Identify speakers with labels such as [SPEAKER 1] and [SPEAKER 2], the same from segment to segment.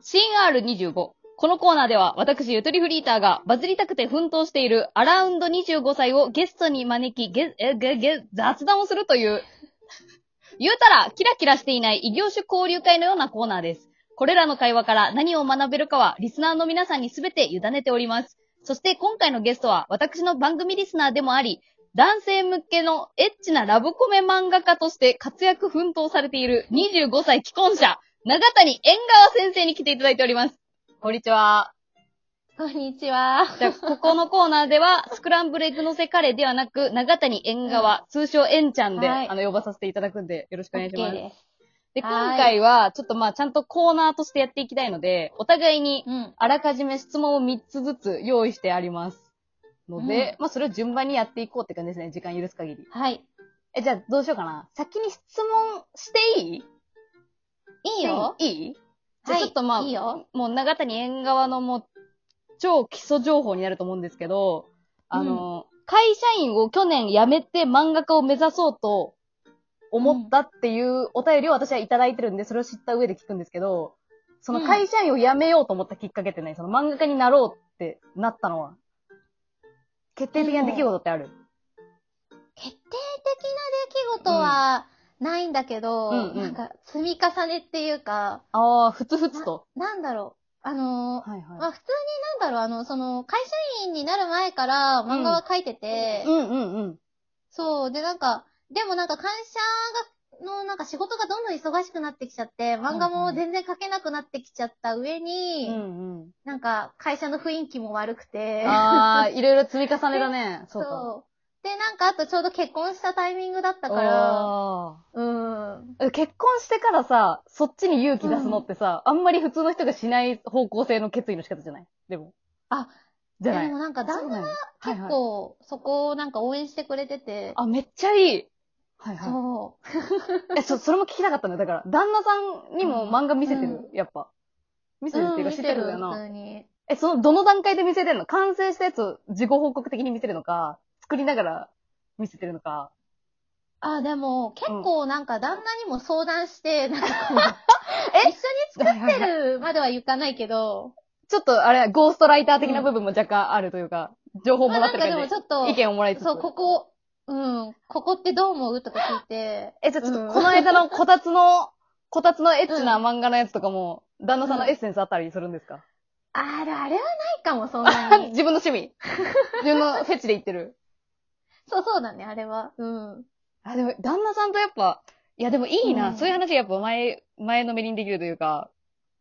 [SPEAKER 1] 新 R25。このコーナーでは、私、ゆとりフリーターが、バズりたくて奮闘している、アラウンド25歳をゲストに招き、ゲ、え、ゲ、ゲ、雑談をするという、言うたら、キラキラしていない異業種交流会のようなコーナーです。これらの会話から何を学べるかは、リスナーの皆さんに全て委ねております。そして、今回のゲストは、私の番組リスナーでもあり、男性向けのエッチなラブコメ漫画家として活躍奮闘されている25歳既婚者、長谷縁側先生に来ていただいております。こんにちは。
[SPEAKER 2] こんにちは。
[SPEAKER 1] じゃあ、ここのコーナーで は、スクランブルエグノセカレーではなく、長谷縁側、通称縁ちゃんで、
[SPEAKER 2] はい
[SPEAKER 1] あの、呼ばさせていただくんで、よろしくお願いします。
[SPEAKER 2] OK す。
[SPEAKER 1] で、
[SPEAKER 2] は
[SPEAKER 1] 今
[SPEAKER 2] い
[SPEAKER 1] 回は、ちょっとまあ、ちゃんとコーナーとしてやっていきたいので、お互いに、
[SPEAKER 2] うん。
[SPEAKER 1] あらかじめ質問を3つずつ用意してあります。ので、まあ、それを順番にやっていこうって感じですね。時間許す限り。
[SPEAKER 2] はい。
[SPEAKER 1] え、じゃあ、どうしようかな。先に質問していい
[SPEAKER 2] いいよ。
[SPEAKER 1] いいじゃあちょっとまあ、
[SPEAKER 2] はいいいよ
[SPEAKER 1] もう長谷縁側のもう、超基礎情報になると思うんですけど、あの、会社員を去年辞めて漫画家を目指そうと思ったっていうお便りを私はいただいてるんで、それを知った上で聞くんですけど、その会社員を辞めようと思ったきっかけって何、その漫画家になろうってなったのは、決定的な出来事ってある
[SPEAKER 2] 決定的な出来事はないんだけど、
[SPEAKER 1] うんうん
[SPEAKER 2] なんか積み重ねっていうか、
[SPEAKER 1] ああ、ふつふつと。
[SPEAKER 2] なんだろう。あの
[SPEAKER 1] はい
[SPEAKER 2] ー、ま
[SPEAKER 1] は
[SPEAKER 2] あ普通になんだろう、あの、その、会社員になる前から漫画は描いてて、
[SPEAKER 1] い。うんうんうん。
[SPEAKER 2] そう、でなんか、でもなんか会社が、のなんか仕事がどんどん忙しくなってきちゃって、漫画も全然描けなくなってきちゃった上
[SPEAKER 1] う
[SPEAKER 2] に、
[SPEAKER 1] んうん。
[SPEAKER 2] なんか会社の雰囲気も悪くて、
[SPEAKER 1] ああ、いろいろ積み重ねだね。 そうか。
[SPEAKER 2] う。で、なんか、あとちょうど結婚したタイミングだった
[SPEAKER 1] だ
[SPEAKER 2] から、うん。
[SPEAKER 1] ら、結婚してからさ、そっちに勇気出すのってさ、あんまり普通の人がしない方向性の決意の仕方じゃないでも。
[SPEAKER 2] あ、
[SPEAKER 1] じゃない。
[SPEAKER 2] でもなんか旦那
[SPEAKER 1] が
[SPEAKER 2] 結構、そこをなんか応援してくれてて、
[SPEAKER 1] あ、めっちゃいい。はいは
[SPEAKER 2] そ
[SPEAKER 1] い。え、そ、それも聞きたかったんだよ。だから、旦那さんにも漫画見せてる、
[SPEAKER 2] う
[SPEAKER 1] やっぱ。見
[SPEAKER 2] う。、
[SPEAKER 1] せてるっていううんか
[SPEAKER 2] 見
[SPEAKER 1] 知っててる
[SPEAKER 2] る
[SPEAKER 1] んだよ
[SPEAKER 2] 普
[SPEAKER 1] な。
[SPEAKER 2] 通に。
[SPEAKER 1] え、その、どの段階で見せてるの完成したやつを自己報告的に見せるのか、作りながら見せてるのか。
[SPEAKER 2] あ、でも、結構なんか旦那にも相談して、なんかこ う、
[SPEAKER 1] はいはい
[SPEAKER 2] 一緒に来て
[SPEAKER 1] はい
[SPEAKER 2] るまではいかないけど、
[SPEAKER 1] ちょっと、あれ、ゴーストライター的な部分も若干あるというか、情報
[SPEAKER 2] ま
[SPEAKER 1] もら
[SPEAKER 2] あ
[SPEAKER 1] っ
[SPEAKER 2] なん
[SPEAKER 1] て
[SPEAKER 2] か
[SPEAKER 1] る感
[SPEAKER 2] でも
[SPEAKER 1] じ
[SPEAKER 2] ち。ょっと、
[SPEAKER 1] 意見をもらいつつ。
[SPEAKER 2] そう、ここ、うん、ここってどう思うとか聞いて、
[SPEAKER 1] え、じゃあちょっと、
[SPEAKER 2] うん
[SPEAKER 1] この間のこたつの、こたつのエッチな漫画のやつとかも、旦那さんのエッセンスあったりするんですか、
[SPEAKER 2] あれ、あれはないかも、そんなに。
[SPEAKER 1] 自分の趣味 自分のフェチで言ってる。
[SPEAKER 2] そうそうだね、あれは。うん。
[SPEAKER 1] あ、でも、旦那さんとやっぱ、いやでもいいな。
[SPEAKER 2] うん
[SPEAKER 1] そういう話がやっぱ前、前のめりにできるというか。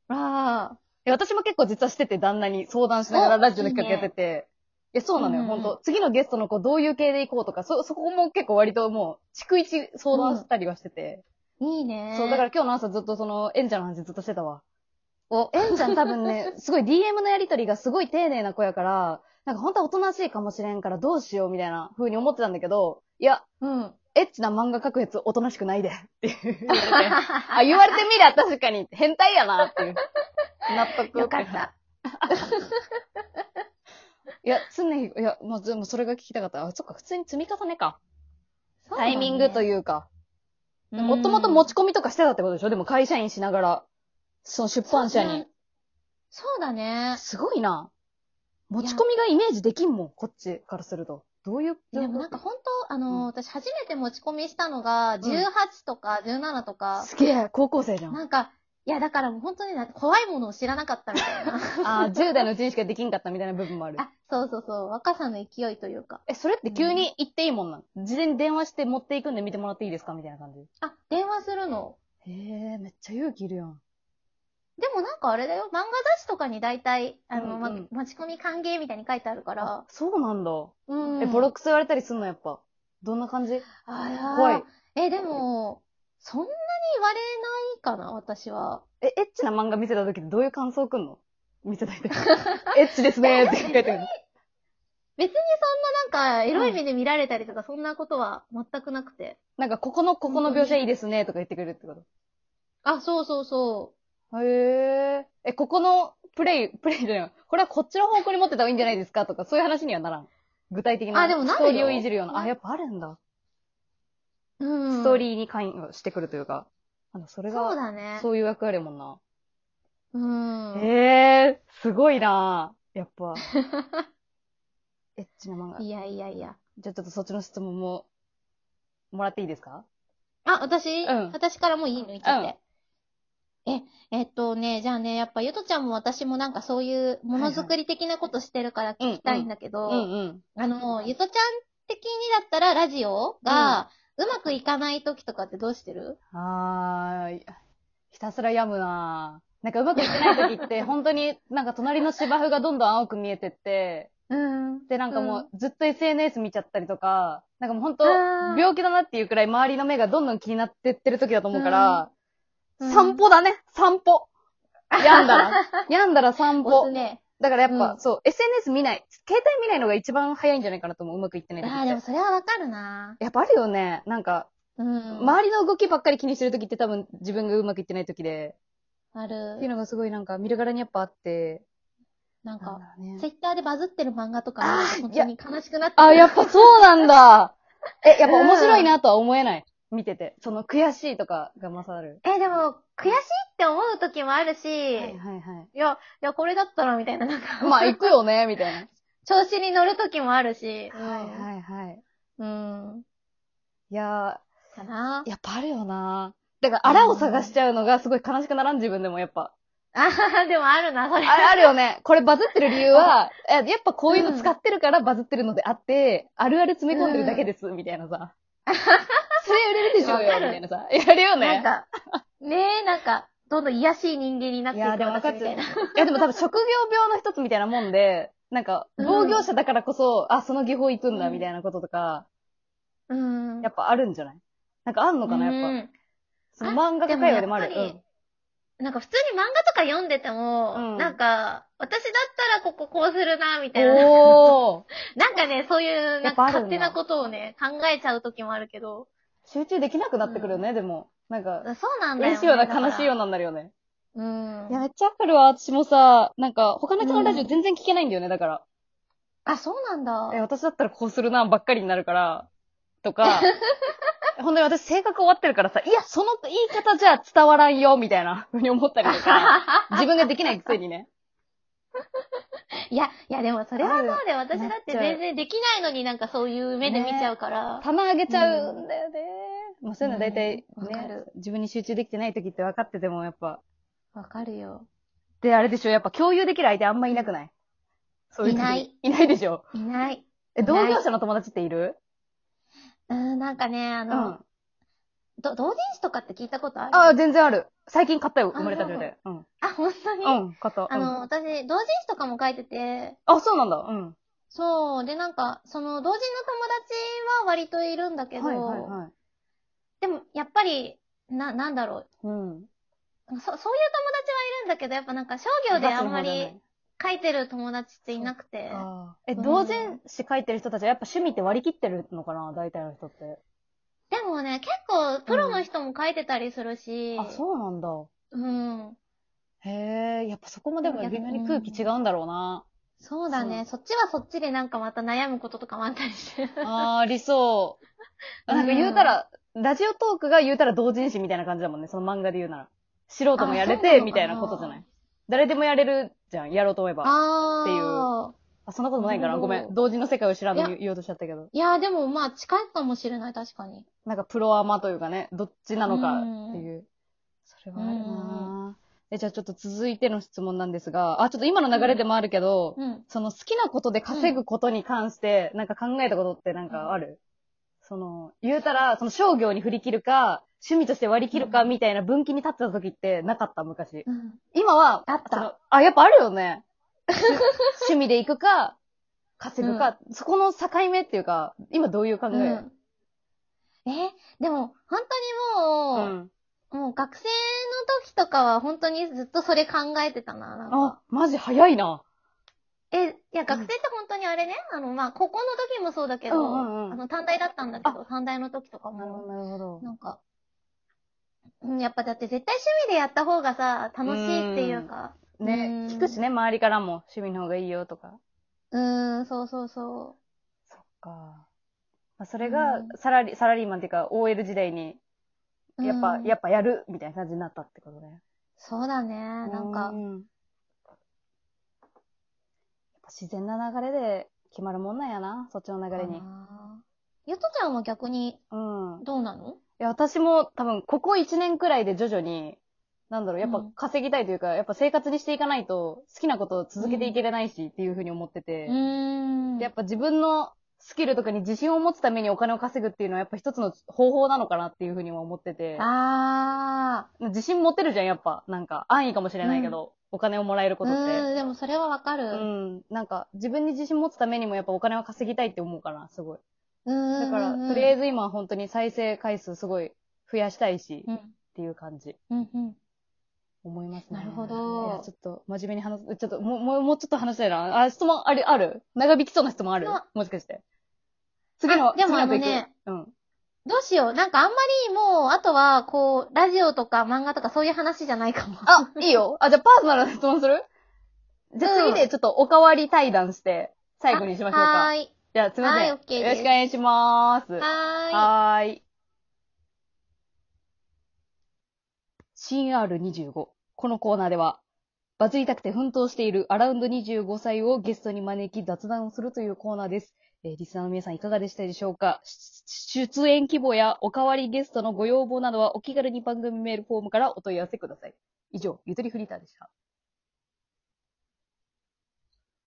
[SPEAKER 2] ああ。
[SPEAKER 1] いや私も結構実はしてて、旦那に相談しながら
[SPEAKER 2] お
[SPEAKER 1] ラジオの企画やってて。いや、そうなのよ、
[SPEAKER 2] うん
[SPEAKER 1] ほんと。次のゲストの子どういう系で行こうとか、そ、そこも結構割ともう、逐一相談したりはしてて。
[SPEAKER 2] いいね。
[SPEAKER 1] そう、だから今日の朝ずっとその、エンちゃんの話ずっとしてたわ。
[SPEAKER 2] お、
[SPEAKER 1] エンちゃん多分ね、 すごい DM のやりとりがすごい丁寧な子やから、なんか本当はおとなしいかもしれんからどうしようみたいな風に思ってたんだけど、いや、
[SPEAKER 2] うん。
[SPEAKER 1] エッチな漫画描くやつおとなしくないでって言われて、 あ、言われてみりゃ確かに変態やなっていう。納 得。
[SPEAKER 2] よかった。
[SPEAKER 1] いや、常に、いや、まあ、でもそれが聞きたかった。あ、そっか、普通に積み重ねか。タイミングと
[SPEAKER 2] う
[SPEAKER 1] いうか。
[SPEAKER 2] だね。
[SPEAKER 1] もともと持
[SPEAKER 2] ち
[SPEAKER 1] ち込みとかしてたってことでしょでも会社員しながら、その出版社に。。
[SPEAKER 2] そうだね。
[SPEAKER 1] すごいな。持ち込みがイメージできんもん、こっちからすると。どういう状況
[SPEAKER 2] でもなんか本当、あ
[SPEAKER 1] うん
[SPEAKER 2] の、私初めて持ち込みしたのが、18とか17とか、
[SPEAKER 1] すげえ、高校生じゃん。
[SPEAKER 2] なんか、いやだからもう本当になんか怖いものを知らなかったみた いな。
[SPEAKER 1] あー10代のうちにしかできんかったみたいな部分もある。
[SPEAKER 2] あ、そうそうそう、若さの勢いというか。
[SPEAKER 1] え、それって急に行っていいもんなの事前に電話して持っていくんで見てもらっていいですかみたいな感じ。
[SPEAKER 2] あ、電話するの。
[SPEAKER 1] へえ、めっちゃ勇気いるやん。
[SPEAKER 2] でもなんかあれだよ、漫画雑誌とかに大体、あの、ま
[SPEAKER 1] うんうん
[SPEAKER 2] 持ち込み歓迎みたいに書いてあるから。
[SPEAKER 1] そうなんだ。
[SPEAKER 2] うん。
[SPEAKER 1] え、ボロクソ言われたりすんのやっぱ。どんな感じ
[SPEAKER 2] あ
[SPEAKER 1] 怖い。
[SPEAKER 2] え、でも、そんなに言われないかな、私は。
[SPEAKER 1] え、エッチな漫画見せた時ってどういう感想くんの見せたい 時。エッチですねーって書いてある。
[SPEAKER 2] 別にそんななんか、エロい目で見られたりとか、そんなことは全くなくて。
[SPEAKER 1] なんか、ここの、ここの描写いいですねとか言ってくれるってこと
[SPEAKER 2] あ、そうそうそ
[SPEAKER 1] へえ。え、ここのプレイ、プレイじゃないわこれはこっちの方向に持ってた方がいいんじゃないですかとか、そういう話にはならん。具体的な
[SPEAKER 2] あでもな
[SPEAKER 1] ス
[SPEAKER 2] る
[SPEAKER 1] トー
[SPEAKER 2] よ
[SPEAKER 1] リーをいじるような。あ、
[SPEAKER 2] な
[SPEAKER 1] やっぱあるんだ。
[SPEAKER 2] う。うん。
[SPEAKER 1] ストーリーに関与してくるというか。なんかそれ
[SPEAKER 2] そう
[SPEAKER 1] が、
[SPEAKER 2] だね。
[SPEAKER 1] そういう役割やもんな。
[SPEAKER 2] うん。
[SPEAKER 1] ええー、すごいなぁやっ ぱ。エッチな漫画。じ
[SPEAKER 2] いやいやいや。
[SPEAKER 1] ゃあちょっとそっちの質問も、もらっていいですか
[SPEAKER 2] あ、
[SPEAKER 1] う
[SPEAKER 2] 私、
[SPEAKER 1] ん
[SPEAKER 2] 私からもういいの言っちゃって。え、えっとね、じゃあね、やっぱゆとちゃんも私もなんかそういうものづくり的なことしてるから聞きたいんだけ
[SPEAKER 1] う
[SPEAKER 2] ど、
[SPEAKER 1] ん
[SPEAKER 2] あの、ゆとちゃん的にだったらラジオがうまくいかない時とかってどうしてる
[SPEAKER 1] うん。はーい。ひたすら病むなぁなんかうまくいってない時 って、本当になんか隣の芝生がどんどん青く見えてって、
[SPEAKER 2] うん。
[SPEAKER 1] でなんかもうずっと SNS 見ちゃったりとか、なんかもう本当、
[SPEAKER 2] あー
[SPEAKER 1] 病気だなっていうくらい周りの目がどんどん気になってってる時だと思うから、
[SPEAKER 2] うん
[SPEAKER 1] 散歩だね散歩病んだ ら、病んだら散
[SPEAKER 2] 押
[SPEAKER 1] 歩
[SPEAKER 2] す。ね。
[SPEAKER 1] だからやっぱ、
[SPEAKER 2] うん
[SPEAKER 1] そう、SNS 見ない。携帯見ないのが一番早いんじゃないかなと思う。うまくいってない時
[SPEAKER 2] ああ、
[SPEAKER 1] っ
[SPEAKER 2] で
[SPEAKER 1] て
[SPEAKER 2] もそれはわかるな。
[SPEAKER 1] やっぱあるよね。なんか、
[SPEAKER 2] うん。
[SPEAKER 1] 周りの動きばっかり気にしてる時って多分自分がうまくいってない時で、
[SPEAKER 2] あ
[SPEAKER 1] っていう
[SPEAKER 2] る。
[SPEAKER 1] のがすごいなんか見るからにやっぱあって、
[SPEAKER 2] なん
[SPEAKER 1] なん
[SPEAKER 2] か
[SPEAKER 1] だ、ろう
[SPEAKER 2] ツイ
[SPEAKER 1] ね。
[SPEAKER 2] ッターでバズってる漫画とかもなんか本当に悲しくなってくる
[SPEAKER 1] あ、やっぱそうなんだえ、やっぱ面白いなとは思えない。見てて。その悔しいとかが勝る。
[SPEAKER 2] え、でも、悔しいって思う時もあるし、
[SPEAKER 1] はいいはいはい。
[SPEAKER 2] や、いや、これだったらみたいな、なんか、
[SPEAKER 1] まあ、行くよね、みたいな。
[SPEAKER 2] 調子に乗る時もあるし、い。
[SPEAKER 1] いはい。
[SPEAKER 2] うん。
[SPEAKER 1] いや
[SPEAKER 2] かな
[SPEAKER 1] ー、やっぱあるよなだから、あらを探しちゃうのがすごい悲しくならん、自分でもやっぱ。
[SPEAKER 2] あははでもあるな、それ。
[SPEAKER 1] ああるよね。これバズってる理由は、えやっぱこういうの使ってるからバズってるのであって、あるある詰め込んでるだけです、みたいな さ。それ売れるでしょうよ、
[SPEAKER 2] わか
[SPEAKER 1] み
[SPEAKER 2] る
[SPEAKER 1] たいなさ。やるよ
[SPEAKER 2] なん
[SPEAKER 1] ね。
[SPEAKER 2] か、 ねえ、なんか、どんどん癒やしい人間になっ
[SPEAKER 1] い
[SPEAKER 2] ていく
[SPEAKER 1] や、でも分かっ
[SPEAKER 2] 私
[SPEAKER 1] ち
[SPEAKER 2] み
[SPEAKER 1] ゃ
[SPEAKER 2] た
[SPEAKER 1] う。い
[SPEAKER 2] いな。
[SPEAKER 1] や、でも多分職業病の一つみたいなもんで、なんか、防御者だからこそ、あ、その技法行くんだ、みたいなこととか、
[SPEAKER 2] うん。
[SPEAKER 1] やっぱあるんじゃないなんかあんのかな、やっぱ。
[SPEAKER 2] うん
[SPEAKER 1] その漫画家界隈でもある。
[SPEAKER 2] でもやっぱり
[SPEAKER 1] うん
[SPEAKER 2] なんか普通に漫画とか読んでても、
[SPEAKER 1] うん
[SPEAKER 2] なんか、私だったらこここうするな、みたいな。
[SPEAKER 1] おー。
[SPEAKER 2] なんかね、そうい
[SPEAKER 1] や
[SPEAKER 2] う、なん
[SPEAKER 1] っ
[SPEAKER 2] か
[SPEAKER 1] ぱあるんだ
[SPEAKER 2] 勝手なことをね、考えちゃう時もあるけど。
[SPEAKER 1] 集中できなくなってくるよね、でも。なんか、
[SPEAKER 2] そうなんだよ、ね。
[SPEAKER 1] 嬉しいような
[SPEAKER 2] だから
[SPEAKER 1] 悲しいようなになるよね。
[SPEAKER 2] うん
[SPEAKER 1] いや、めっちゃアップルは私もさ、なんか、他の人のラジオ全然聞けないんだよね、だから。
[SPEAKER 2] あ、そうなん
[SPEAKER 1] え、
[SPEAKER 2] だ。
[SPEAKER 1] 私だったらこうするな、ばっかりになるから、とか、本当に私性格終わってるからさ、いや、その言い方じゃ伝わらんよ、みたいなふうに思ったりと か、自分ができないくせにね。
[SPEAKER 2] いや、いやでもそれはそうで、私だって
[SPEAKER 1] なっちゃう
[SPEAKER 2] 全然できないのになんかそういう目で見ちゃうから。
[SPEAKER 1] 棚上げちゃうんだよね。まあそういうの大体、
[SPEAKER 2] うんわか
[SPEAKER 1] ね
[SPEAKER 2] る、
[SPEAKER 1] 自分に集中できてない時って分かってても、やっぱ。
[SPEAKER 2] わかるよ。
[SPEAKER 1] で、あれでしょ、やっぱ共有できる相手あんまいなくないそうう時
[SPEAKER 2] いない。
[SPEAKER 1] いないでしょ。
[SPEAKER 2] いない。
[SPEAKER 1] え、
[SPEAKER 2] い
[SPEAKER 1] 同
[SPEAKER 2] ない
[SPEAKER 1] 業者の友達っている
[SPEAKER 2] うん、なんかね、あ
[SPEAKER 1] う
[SPEAKER 2] の、ど同人誌とかって聞いたことある
[SPEAKER 1] あ、全然ある。最近買ったよ、
[SPEAKER 2] あ
[SPEAKER 1] 生まれたてで。うん。
[SPEAKER 2] あ、本当に、
[SPEAKER 1] うん、買った。
[SPEAKER 2] あ
[SPEAKER 1] うん
[SPEAKER 2] の、私、同人誌とかも書いてて、
[SPEAKER 1] あ、そうなんだ。うん。
[SPEAKER 2] そう、で、なんか、その、同人の友達は割といるんだけど、
[SPEAKER 1] はいはいはい。
[SPEAKER 2] でも、やっぱり、な、なんだろ
[SPEAKER 1] う
[SPEAKER 2] う。
[SPEAKER 1] ん。
[SPEAKER 2] そ、そういう友達はいるんだけど、やっぱなんか商業であんまり書いてる友達っていなくて。
[SPEAKER 1] あー。え、
[SPEAKER 2] うん
[SPEAKER 1] 同人誌書いてる人たちはやっぱ趣味って割り切ってるのかな大体の人って。
[SPEAKER 2] でもね、結構、プロの人も書いてたりするし、
[SPEAKER 1] あ、そうなんだ。
[SPEAKER 2] うん。
[SPEAKER 1] へえ、やっぱそこもでも微妙に空気違うんだろう な。
[SPEAKER 2] そうだね。そっちはそっちでなんかまた悩むこととかもあったりして。
[SPEAKER 1] あー、ありそう。あ
[SPEAKER 2] うん
[SPEAKER 1] なんか言うたら、ラジオトークが言うたら同人誌みたいな感じだもんね。その漫画で言うなら。素人もやれ
[SPEAKER 2] あそうなのか
[SPEAKER 1] て、
[SPEAKER 2] な
[SPEAKER 1] みたいなことじゃない誰でもやれるじゃん。やろうと思えば。あ
[SPEAKER 2] あ
[SPEAKER 1] って
[SPEAKER 2] あ。
[SPEAKER 1] そんなことないか
[SPEAKER 2] な
[SPEAKER 1] な。
[SPEAKER 2] る
[SPEAKER 1] ご
[SPEAKER 2] ほど
[SPEAKER 1] めん。同人の世界を知らんの
[SPEAKER 2] いや
[SPEAKER 1] 言言おうとしちゃったけど。
[SPEAKER 2] いや、でもまあ、近いかもしれない、確かに。
[SPEAKER 1] なんかプロアマというかね、どっちなのかっていう。それはある
[SPEAKER 2] うん
[SPEAKER 1] なぁえ、じゃあちょっと続いての質問なんですが、あ、ちょっと今の流れでもあるけど、
[SPEAKER 2] うん。
[SPEAKER 1] その好きなことで稼ぐことに関して、なんか考えたことってなんかある、その、言うたら、その商業に振り切るか、趣味として割り切るかみたいな分岐に立ってた時ってなかった昔。
[SPEAKER 2] うん。
[SPEAKER 1] 今は、
[SPEAKER 2] あっ
[SPEAKER 1] その
[SPEAKER 2] た。
[SPEAKER 1] あ、やっぱあるよ ね。趣味で行くか、稼ぐか、そこの境目っていうか、今どういう考え、
[SPEAKER 2] うん。え、でも、本当にもう、もう学生の時とかは本当にずっとそれ考えてたな。なんか
[SPEAKER 1] あ、マジ早いな。
[SPEAKER 2] え、いや、学生って本当にあれね、あの、まあ、高校の時もそうだけど、
[SPEAKER 1] うんうんうん
[SPEAKER 2] あの、短大だったんだけど、短大の時とかも、
[SPEAKER 1] ど、なるほど。
[SPEAKER 2] なんか、うんやっぱだって絶対趣味でやった方がさ、楽しいっていうか、
[SPEAKER 1] ね
[SPEAKER 2] うん、
[SPEAKER 1] 聞くしね、周りからも趣味の方がいいよとか。
[SPEAKER 2] うーん、そうそうそ
[SPEAKER 1] そっか。まあ、それが
[SPEAKER 2] うん
[SPEAKER 1] サラリ、サラリーマンっていうか、OL 時代に、
[SPEAKER 2] う。
[SPEAKER 1] やっぱ、
[SPEAKER 2] うん
[SPEAKER 1] やっぱやるみたいな感じになったってことね。
[SPEAKER 2] そうだね。なんか
[SPEAKER 1] う、やっぱ自然な流れで決まるもんなんやな、そっちの流れに。
[SPEAKER 2] あーゆとちゃんは逆に
[SPEAKER 1] うん。い
[SPEAKER 2] どうなの
[SPEAKER 1] や、私も多分、ここ1年くらいで徐々に、なんだろう、やっ
[SPEAKER 2] う
[SPEAKER 1] ぱ
[SPEAKER 2] ん
[SPEAKER 1] 稼ぎたいというか、やっぱ生活にしていかないと、好きなことを続けていけれないし、っていうふうに思って
[SPEAKER 2] う
[SPEAKER 1] て、
[SPEAKER 2] ーん。
[SPEAKER 1] でやっぱ自分のスキルとかに自信を持つためにお金を稼ぐっていうのは、やっぱ一つの方法なのかなっていうふうには思ってて、
[SPEAKER 2] あ
[SPEAKER 1] 自信持てるじゃん、やっぱ。なんか、安易かもしれないけど、お金をもらえる
[SPEAKER 2] ー。
[SPEAKER 1] こ
[SPEAKER 2] う
[SPEAKER 1] とって。
[SPEAKER 2] ーん、でもそれはわか
[SPEAKER 1] う
[SPEAKER 2] る。
[SPEAKER 1] ん。なんか、自分に自信持つためにもやっぱお金は稼ぎたいって思うから、すごい。
[SPEAKER 2] うー
[SPEAKER 1] だ
[SPEAKER 2] ん。
[SPEAKER 1] から、とりあ
[SPEAKER 2] え
[SPEAKER 1] えず今は本当に再生回数すごい増やしたいし、
[SPEAKER 2] う
[SPEAKER 1] っ
[SPEAKER 2] ん。
[SPEAKER 1] ていう感じ。
[SPEAKER 2] うんうん。
[SPEAKER 1] 思いますね。
[SPEAKER 2] なるほど
[SPEAKER 1] いやちょっと、真面目に話す、ちょっと、もう、もう、もうちょっと話したいな。あ、質問ある、ある長引きそうな質問ある
[SPEAKER 2] そう
[SPEAKER 1] もしかして。次の、
[SPEAKER 2] あでも
[SPEAKER 1] 次の子
[SPEAKER 2] あのね
[SPEAKER 1] 行く、
[SPEAKER 2] どうしよう。なんかあんまりもう、あとは、こう、ラジオとか漫画とかそういう話じゃないかも。
[SPEAKER 1] うん。あ、いいよ。あ、じゃあパーソナルな質問するじゃあ
[SPEAKER 2] うん
[SPEAKER 1] 次でちょっとおかわり対談して、最後にしましょう
[SPEAKER 2] は
[SPEAKER 1] か。
[SPEAKER 2] ーい。
[SPEAKER 1] じゃあ、すみません。
[SPEAKER 2] はい
[SPEAKER 1] よ
[SPEAKER 2] OK です
[SPEAKER 1] ろしくお願いします。
[SPEAKER 2] はーい。
[SPEAKER 1] はーい。CR25。このコーナーでは、バズりたくて奮闘しているアラウンド25歳をゲストに招き雑談をするというコーナーです。えーリスナーの皆さんいかがでしたでしょうかし出演希望やおかわりゲストのご要望などはお気軽に番組メールフォームからお問い合わせください。以上、ゆとりフリーターでした。